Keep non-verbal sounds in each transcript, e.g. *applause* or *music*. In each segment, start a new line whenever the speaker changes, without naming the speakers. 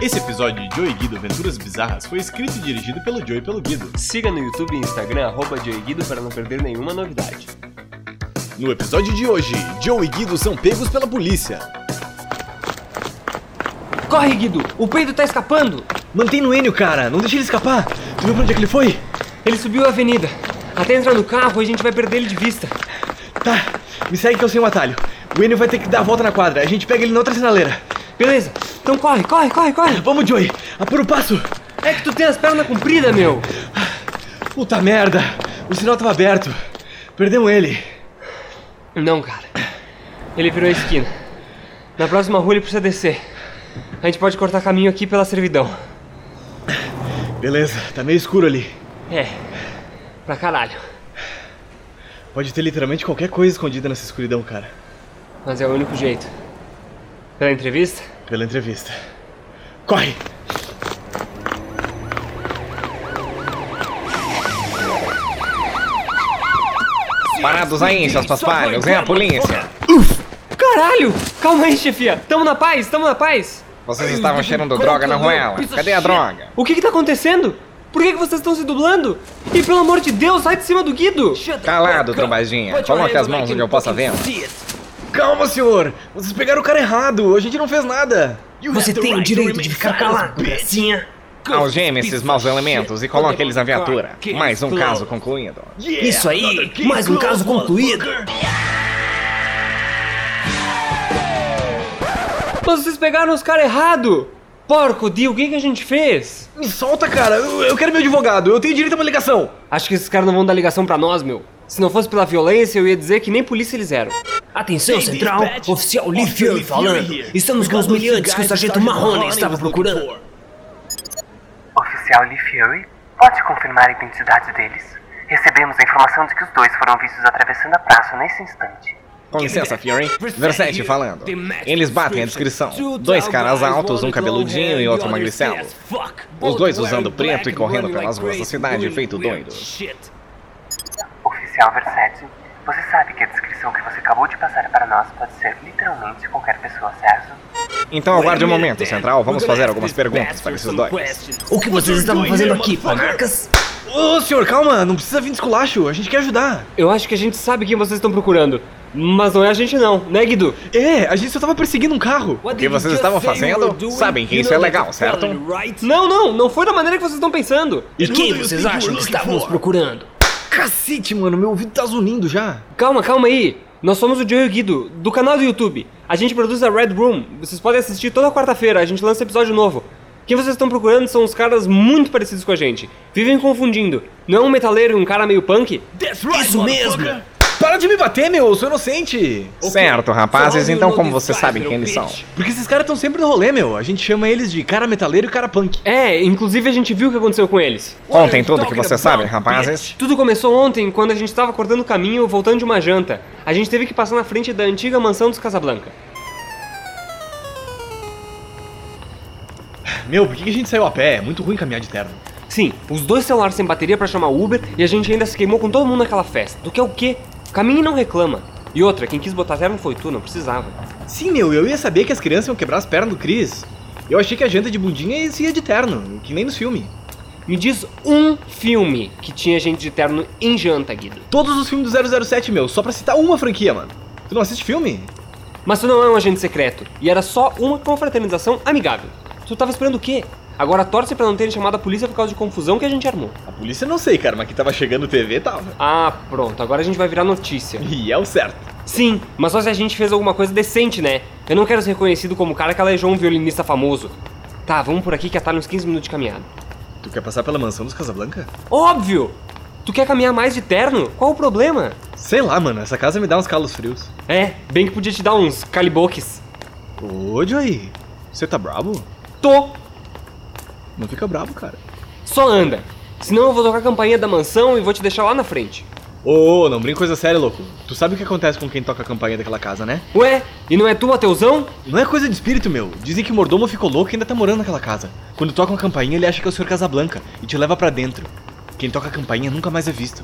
Esse episódio de Joey Guido Aventuras Bizarras foi escrito e dirigido pelo Joey e pelo Guido.
Siga no YouTube e Instagram, arroba Joey Guido, para não perder nenhuma novidade.
No episódio de hoje, Joey e Guido são pegos pela polícia.
Corre, Guido! O peido tá escapando!
Mantém no Enio, cara! Não deixe ele escapar! Tu viu pra onde é que ele foi?
Ele subiu a avenida. Até entrar no carro, a gente vai perder ele de vista.
Tá, me segue que eu sei um atalho. O Enio vai ter que dar a volta na quadra. A gente pega ele na outra sinaleira.
Beleza, então corre, corre, corre, corre!
Vamos, Joey! Apura o passo!
É que tu tem as pernas compridas, meu!
Puta merda! O sinal tava aberto. Perdemos ele.
Não, cara. Ele virou a esquina. Na próxima rua ele precisa descer. A gente pode cortar caminho aqui pela servidão.
Beleza, tá meio escuro ali.
É, pra caralho.
Pode ter literalmente qualquer coisa escondida nessa escuridão, cara.
Mas é o único jeito. Pela entrevista?
Pela entrevista. Corre!
Parados aí, seus paspalhos, é a polícia.
Caralho! Calma aí, chefia! Tamo na paz, tamo na paz!
Vocês estavam cheirando droga na ruela. Cadê a droga?
O que que tá acontecendo? Por que, que vocês estão se dublando? E pelo amor de Deus, sai de cima do Guido!
Calado, trombadinha. Coloque as mãos onde eu possa ver.
é
Calma, senhor! Vocês pegaram o cara errado! A gente não fez nada!
Você tem o direito de ficar calado, gracinha.
Algeme esses maus
é
elementos e coloque eles na viatura. Mais um caso concluído.
Isso aí, mais um caso concluído.
Mas vocês pegaram os caras errado! Porco Dio, o que, que a gente fez?
Me solta, cara! Eu, eu quero meu advogado! Eu tenho direito a uma ligação!
Acho que esses caras não vão dar ligação pra nós, meu. Se não fosse pela violência, eu ia dizer que nem polícia eles eram.
Atenção central, oficial Lee Fury falando. Estamos com os miliantes que o sargento Marrone estava procurando.
Oficial Lee Fury, pode confirmar a identidade deles? Recebemos a informação de que os dois foram vistos atravessando a praça nesse instante.
Com
é?
licença, Fury. Versace falando. Eles batem a descrição. Dois caras altos, um cabeludinho e outro magricelo. Os dois usando preto e correndo pelas ruas da cidade feito doidos.
Oficial Versetti, você sabe que a descrição que você acabou de passar para nós pode ser literalmente qualquer pessoa, certo?
Então aguarde um momento, Central. Vamos fazer algumas perguntas para esses dois.
O que vocês estavam fazendo aqui, panacas?
Ô, senhor, calma! Não precisa vir de esculacho! A gente quer ajudar!
Eu acho que a gente sabe quem vocês estão procurando. Mas não é a gente não, né, Guido?
É, a gente só tava perseguindo um carro!
O que vocês estavam fazendo? Sabem que isso é legal, certo?
Não, não, não foi da maneira que vocês estão pensando.
E quem vocês acham que estávamos procurando?
Cacete, mano! Meu ouvido tá zunindo já!
Calma, calma aí. Nós somos o Joe e o Guido, do canal do YouTube. A gente produz a Red Room. Vocês podem assistir toda quarta-feira, a gente lança episódio novo. Quem vocês estão procurando são uns caras muito parecidos com a gente. Vivem confundindo. Não é um metaleiro e um cara meio punk?
Isso mesmo!
Para de me bater, meu! Eu sou inocente!
Certo, rapazes. Então, como vocês sabem quem eles são?
Porque esses caras tão sempre no rolê, meu. A gente chama eles de cara metaleiro e cara punk.
É, inclusive a gente viu o que aconteceu com eles.
Contem tudo que vocês sabem, rapazes.
Tudo começou ontem, quando a gente estava cortando o caminho, voltando de uma janta. A gente teve que passar na frente da antiga mansão dos Casablanca.
Meu, por que que a gente saiu a pé? É muito ruim caminhar de terno.
Sim, os dois celulares sem bateria pra chamar Uber e a gente ainda se queimou com todo mundo naquela festa. Do que é o quê? Caminha e não reclama. E outra, quem quis botar terno foi tu, não precisava.
Sim, meu, eu ia saber que as crianças iam quebrar as pernas do Chris. Eu achei que a janta de bundinha ia ia de terno, que nem no filme.
Me diz um filme que tinha gente de terno em janta, Guido.
Todos os filmes do 007, meu, só pra citar uma franquia, mano. Tu não assiste filme?
Mas tu não é um agente secreto, e era só uma confraternização amigável. Tu tava esperando o quê? Agora torce pra não terem chamado a polícia por causa de confusão que a gente armou.
A polícia não sei, cara, mas que tava chegando TV tava.
Ah, pronto, agora a gente vai virar notícia.
E é o certo.
Sim, mas só se a gente fez alguma coisa decente, né? Eu não quero ser reconhecido como o cara que aleijou um violinista famoso. Tá, vamos por aqui que atalha uns 15 minutos de caminhada.
Tu quer passar pela mansão dos Casablanca?
Óbvio! Tu quer caminhar mais de terno? Qual o problema?
Sei lá, mano, essa casa me dá uns calos frios.
É, bem que podia te dar uns caliboques.
Ô, Joey, você tá brabo?
Tô!
Não fica brabo, cara.
Só anda. Senão eu vou tocar a campainha da mansão e vou te deixar lá na frente.
Ô, ô, não brinca coisa séria, louco. Tu sabe o que acontece com quem toca a campainha daquela casa, né?
Ué, e não é tu, ateuzão?
Não é coisa de espírito, meu. Dizem que o mordomo ficou louco e ainda tá morando naquela casa. Quando toca uma campainha, ele acha que é o senhor Casablanca e te leva pra dentro. Quem toca a campainha nunca mais é visto.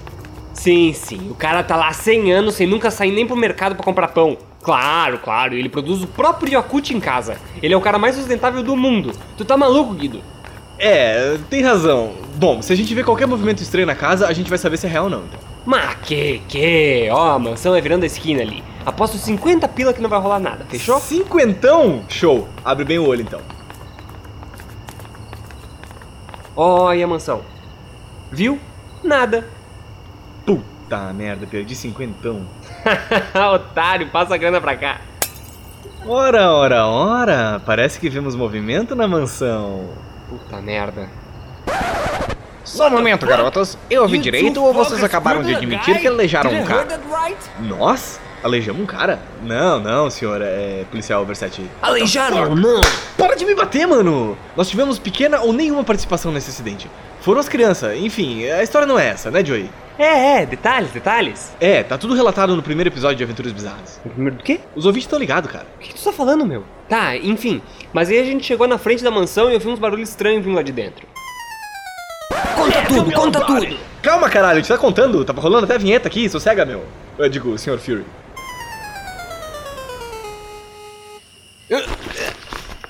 Sim, sim. O cara tá lá há 100 anos sem nunca sair nem pro mercado pra comprar pão. Claro, claro. Ele produz o próprio Yakut em casa. Ele é o cara mais sustentável do mundo. Tu tá maluco, Guido?
É, tem razão. Bom, se a gente ver qualquer movimento estranho na casa, a gente vai saber se é real ou não.
Mas que, que? Ó, a mansão é virando a esquina ali. Aposto 50 pila que não vai rolar nada, fechou?
Cinquentão? Show. Abre bem o olho então.
Ó, e a mansão? Viu? Nada. *laughs*
Puta merda, perdi cinquentão.
Otário, passa a grana pra cá.
Ora, ora, ora. Parece que vemos movimento na mansão.
Puta merda.
Só um momento, garotas. Eu ouvi direito ou vocês acabaram de admitir que elejaram um cara?
Nós? Aleijamos um cara? Não, não, senhora, é policial Versace.
Aleijaram ou não?
Para de me bater, mano! Nós tivemos pequena ou nenhuma participação nesse acidente. Foram as crianças, enfim, a história não é essa, né, Joey?
É, é, detalhes, detalhes.
É, tá tudo relatado no primeiro episódio de Aventuras Bizarras.
O primeiro do quê?
Os ouvintes estão ligados, cara.
O que tu tá falando, meu? Tá, enfim. Mas aí a gente chegou na frente da mansão e eu vi uns barulhos estranhos vindo lá de dentro.
Conta tudo, conta tudo.
Calma, caralho, te tá contando? Tava rolando até a vinheta aqui, sossega, meu. Eu digo, senhor Fury.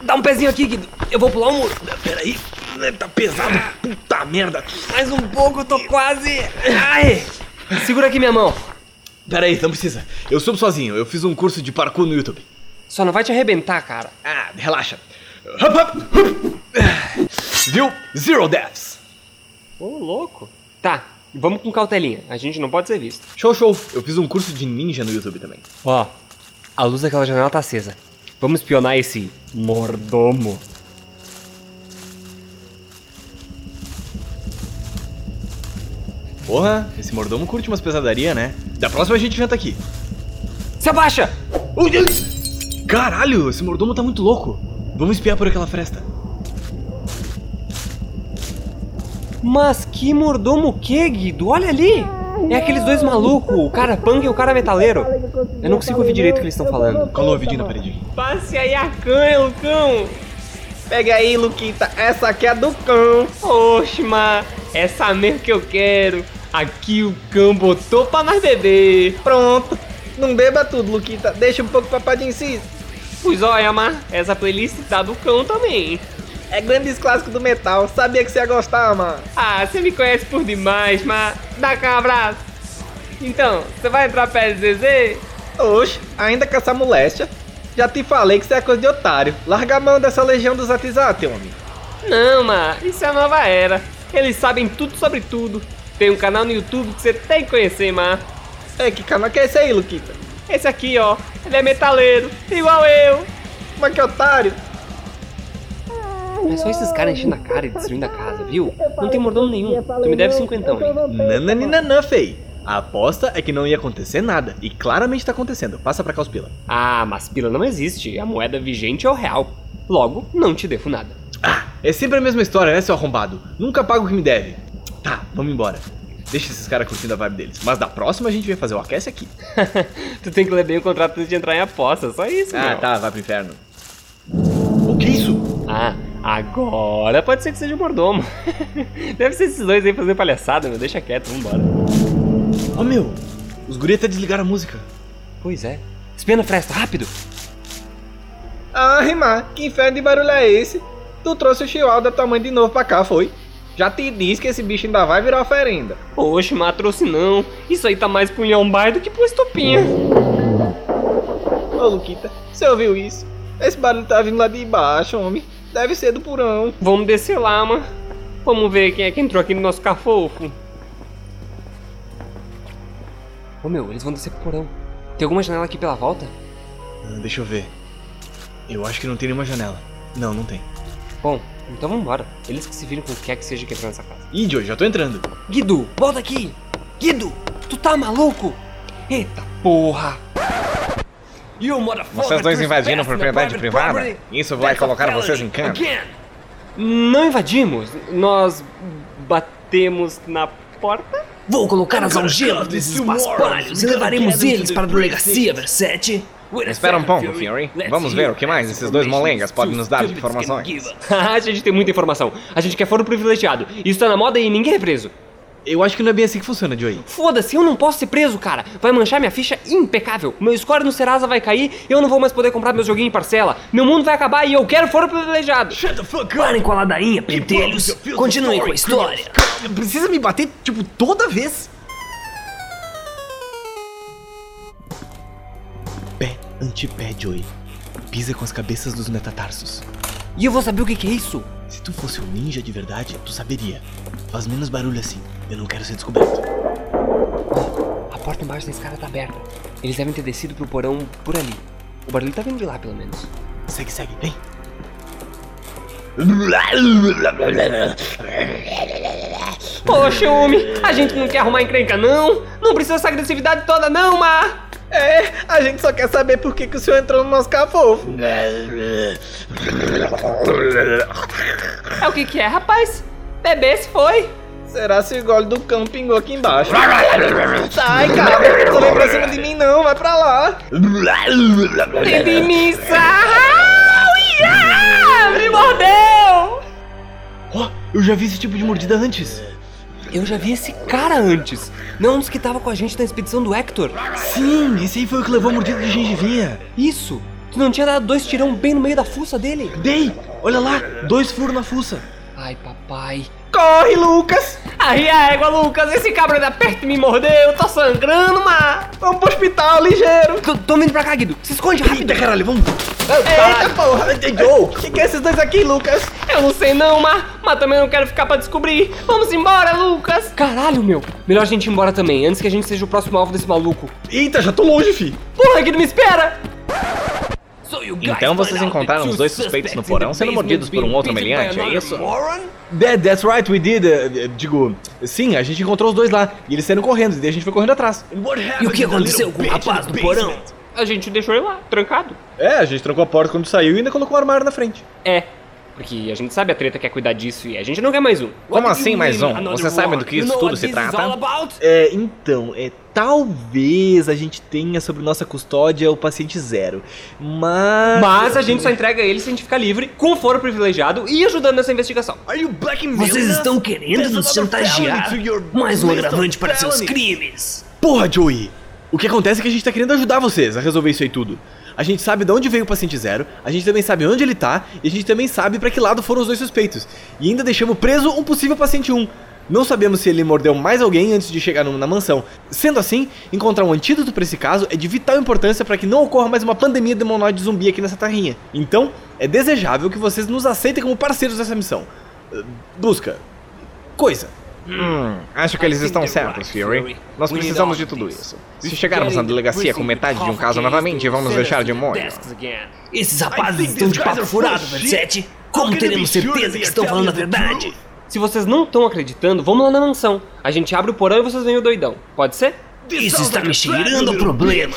Dá um pezinho aqui, Guido. Eu vou
um
pular o muro.
Peraí, tá pesado, puta merda.
Mais um pouco, eu tô quase. Ai!
Segura aqui minha mão.
Peraí, não precisa. Eu subo sozinho, eu fiz um curso de parkour no YouTube.
Só não vai te arrebentar, cara.
Ah, relaxa. Hup, hup, hup. Viu? Zero deaths.
Ô, louco. Tá, vamos com cautelinha. A gente não pode ser visto.
Show, show. Eu fiz um curso de ninja no YouTube também.
Ó, a luz daquela janela tá acesa. Vamos espionar esse mordomo.
Porra, esse mordomo curte umas pesadarias, né? Da próxima a gente janta aqui.
Se abaixa!
Ui, ai! Caralho, esse mordomo tá muito louco. Vamos espiar por aquela fresta.
Mas que mordomo o quê, Guido? Olha ali! É aqueles dois malucos, o cara punk e o cara metaleiro. Eu não consigo ouvir direito o que eles estão falando.
Colou o vidinho na parede.
Passe aí a canha, Lucão!
Pega aí, Luquita, essa aqui é do cão.
Oxe, ma, essa mesmo que eu quero. Aqui o cão botou pra nós beber.
Pronto. Não beba tudo, Luquita. Deixa um pouco pra Padincis.
Pois olha, ma, essa playlist tá do cão também.
É grandes clássicos do metal. Sabia que você ia gostar, mano.
Ah, você me conhece por demais, ma. Dá cá um abraço. Então, você vai entrar pra LZZ?
Oxe, ainda com essa moléstia. Já te falei que você é coisa de otário. Larga a mão dessa legião dos atizate, homem.
Não, ma, isso é a nova era. Eles sabem tudo sobre tudo. Tem um canal no YouTube que você tem que conhecer, ma.
É, que canal que é esse aí, Luquita?
Esse aqui, ó, ele é metaleiro, igual eu.
Mas que otário.
Não é só esses caras enchendo a cara e destruindo a casa, viu? Não tem mordomo nenhum. é Tu me deve cinquentão. hein?
Nananina, fei. A aposta é que não ia acontecer nada. E claramente tá acontecendo. Passa pra cá os pila.
Ah, mas pila não existe. A moeda vigente é o real. Logo, não te devo nada.
Ah, é sempre a mesma história, né, seu arrombado? Nunca pago o que me deve. Tá, vamos embora. Deixa esses caras curtindo a vibe deles. Mas da próxima a gente vai fazer o aquece aqui.
*laughs* tu tem que ler bem o contrato antes de entrar em aposta, só isso,
Ah,
meu.
tá, vai pro inferno. O que é isso?
Ah, agora pode ser que seja o mordomo. *laughs* deve ser esses dois aí fazendo palhaçada, meu. Deixa quieto, vambora.
Ó, meu, os guria até desligaram a música.
Pois é. Espia na fresta, rápido!
Ah, rimar, que inferno de barulho é esse? Tu trouxe o chihuahua da tua mãe de novo pra cá, foi? Já te disse que esse bicho ainda vai virar oferenda.
Oxe, mas trouxe não. Isso aí tá mais pro Lhombai do que pro Estopinha.
Ô, Luquita, você ouviu isso? Esse barulho tá vindo lá de baixo, homem. Deve ser do porão.
Vamos descer lá, mano. Vamos ver quem é que entrou aqui no nosso cafofo. Ô meu, eles vão descer pro porão. Tem alguma janela aqui pela volta?
Ah, deixa eu ver. Eu acho que não tem nenhuma janela. Não, não tem.
Bom, então vambora. Eles que se viram com o que é que seja que entra nessa casa.
Ih, Joey, já tô entrando.
Guido, volta aqui! Guido, tu tá maluco? Eita porra!
Vocês dois invadiram propriedade privada? Isso vai colocar vocês em campo.
Não invadimos, nós batemos na porta?
Vou colocar as algemas desses paspalhos e levaremos eles para a delegacia, Versete.
Espera um pouco, Fury. Vamos ver o que mais esses dois molengas podem nos dar de informações.
*laughs* a gente tem muita informação. A gente quer foro privilegiado. Isso tá na moda e ninguém é preso.
Eu acho que não é bem assim que funciona, Joey.
Foda-se, eu não posso ser preso, cara. Vai manchar minha ficha impecável. Meu score no Serasa vai cair, eu não vou mais poder comprar meus joguinhos em parcela. Meu mundo vai acabar e eu quero fora privilegiado.
Parem com a ladainha, pentelhos. Continuem com a história.
Precisa me bater, tipo, toda vez? Pé, antepé, Joey. Pisa com as cabeças dos metatarsos.
E eu vou saber o que, que é isso?
Se tu fosse um ninja de verdade, tu saberia. Faz menos barulho assim. Eu não quero ser descoberto.
A porta embaixo da escada tá aberta. Eles devem ter descido pro porão por ali. O barulho tá vindo de lá, pelo menos.
Segue, segue, vem.
Poxa, homem, a gente não quer arrumar encrenca, não. Não precisa dessa agressividade toda, não, Mar.
É, a gente só quer saber por que, que o senhor entrou no nosso cafofo.
É o que que é, rapaz? Bebê se foi.
Será se o gole do cão pingou aqui embaixo? Sai, cara, não vem pra cima de mim não, vai pra lá.
Teve missa. Ah, uia! Me mordeu.
Ó, eu já vi esse tipo de mordida antes.
Eu já vi esse cara antes. Não é um dos que tava com a gente na expedição do Hector.
Sim, esse aí foi o que levou a mordida de gengivinha.
Isso. Tu não tinha dado dois tirão bem no meio da fuça dele?
Dei, olha lá, dois furos na fuça.
Ai, papai.
Corre, Lucas!
Aí é a égua, Lucas, esse cabra da perto me mordeu, tô sangrando, mas...
Vamos pro hospital, ligeiro!
Tô, tô vindo pra cá, Guido. Se esconde rápido.
Eita, caralho, vamos.
Eita porra! O que, que é esses dois aqui, Lucas?
Eu não sei não, Mar, mas também não quero ficar pra descobrir. Vamos embora, Lucas! Caralho, meu! Melhor a gente ir embora também, antes que a gente seja o próximo alvo desse maluco.
Eita, já tô longe, fi.
Porra, Guido, me espera!
Então vocês encontraram os dois suspeitos no porão sendo mordidos por um outro meliante, é isso?
That, that's right, we did. eh, eh, digo, sim, a gente encontrou os dois lá. E eles saíram correndo, e daí a gente foi correndo atrás.
E o que aconteceu com o rapaz do porão?
A gente deixou ele lá, trancado.
É, a gente trancou a porta quando saiu e ainda colocou o armário na frente.
É. Porque a gente sabe a treta quer cuidar disso e a gente não quer mais um.
Como assim mais um? Você sabe do que isso tudo se trata?
É, então, é, talvez a gente tenha sobre nossa custódia o paciente zero. Mas.
Mas a gente só entrega ele se a gente ficar livre, com foro privilegiado e ajudando nessa investigação.
Vocês estão querendo nos chantagear? Mais um agravante para seus crimes.
Porra, Joey! O que acontece é que a gente tá querendo ajudar vocês a resolver isso aí tudo. A gente sabe de onde veio o paciente zero, a gente também sabe onde ele tá, e a gente também sabe pra que lado foram os dois suspeitos. E ainda deixamos preso um possível paciente 1. Não sabemos se ele mordeu mais alguém antes de chegar no- na mansão. Sendo assim, encontrar um antídoto pra esse caso é de vital importância pra que não ocorra mais uma pandemia de demonoide zumbi aqui nessa terrinha. Então, é desejável que vocês nos aceitem como parceiros dessa missão. Eh, Busca. Coisa.
Hum, acho que eles estão certos, Fury. Nós precisamos de tudo isso. Se chegarmos na delegacia com metade de um caso novamente, vamos deixar de molho.
Esses rapazes estão de papo furado, Versetti. Como teremos certeza que estão falando a verdade?
Se vocês não estão acreditando, vamos lá na mansão. A gente abre o porão e vocês veem o doidão. Pode ser?
Isso está me cheirando a problema.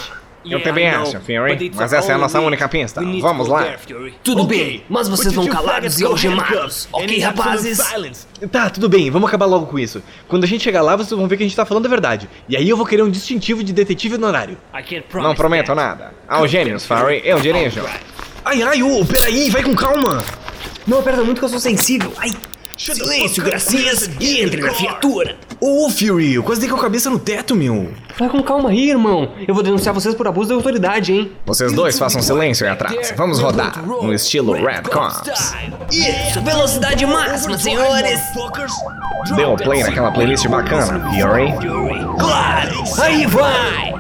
Eu também acho, Fury, mas essa é a nossa única pista. Vamos lá.
Tudo bem, mas vocês vão calados e algemados, ok, rapazes?
Tá, tudo bem, vamos acabar logo com isso. Quando a gente chegar lá, vocês vão ver que a gente tá falando a verdade. E aí eu vou querer um distintivo de detetive honorário.
Não prometo nada. Ao gênios, Fury, eu dirijo.
Ai, ai, ô, peraí, vai com calma.
Não aperta muito que eu sou sensível. Ai, silêncio, gracinhas, e entre na viatura.
Ô, Fury, eu quase dei com a cabeça no teto, meu.
Vai com calma aí, irmão. Eu vou denunciar vocês por abuso da autoridade, hein?
Vocês dois façam silêncio aí atrás. Vamos rodar, no estilo Red Cops.
Isso, velocidade máxima, senhores.
Deu play naquela playlist bacana, Fury.
Claro, aí vai.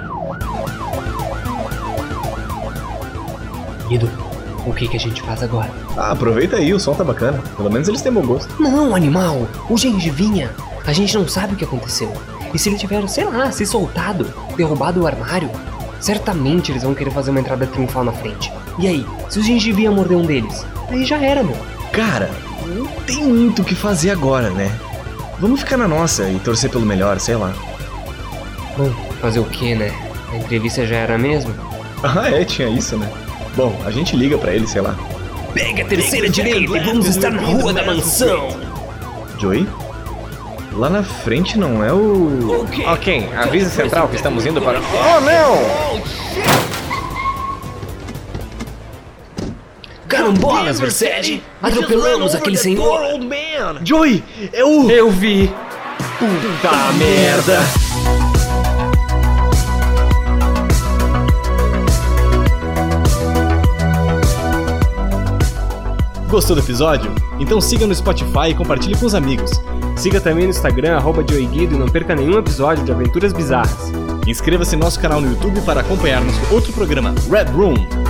Guido, o que, que a gente faz agora?
Ah, aproveita aí, o som tá bacana. Pelo menos eles têm bom gosto.
Não, animal. O gengivinha. A gente não sabe o que aconteceu. E se ele tiver, sei lá, se soltado, derrubado o armário, certamente eles vão querer fazer uma entrada triunfal na frente. E aí, se o gengivinha morder um deles? Aí já era, meu.
Cara, não tem muito o que fazer agora, né? Vamos ficar na nossa e torcer pelo melhor, sei lá.
Bom, fazer o que, né? A entrevista já era mesmo?
*laughs* Ah, é, tinha isso, né? Bom, a gente liga pra ele, sei lá.
Pega a terceira direita e vamos estar na rua da mansão.
Joey? Lá na frente não é o.
Ok, avisa central que estamos indo para. Oh não!
Carambolas, Versetti. Atropelamos aquele senhor.
Joey! É o.
Eu vi! Puta merda!
Gostou do episódio? Então siga no Spotify e compartilhe com os amigos.
Siga também no Instagram, arroba Dioguido, e não perca nenhum episódio de Aventuras Bizarras.
Inscreva-se em nosso canal no YouTube para acompanhar nosso outro programa, Red Room.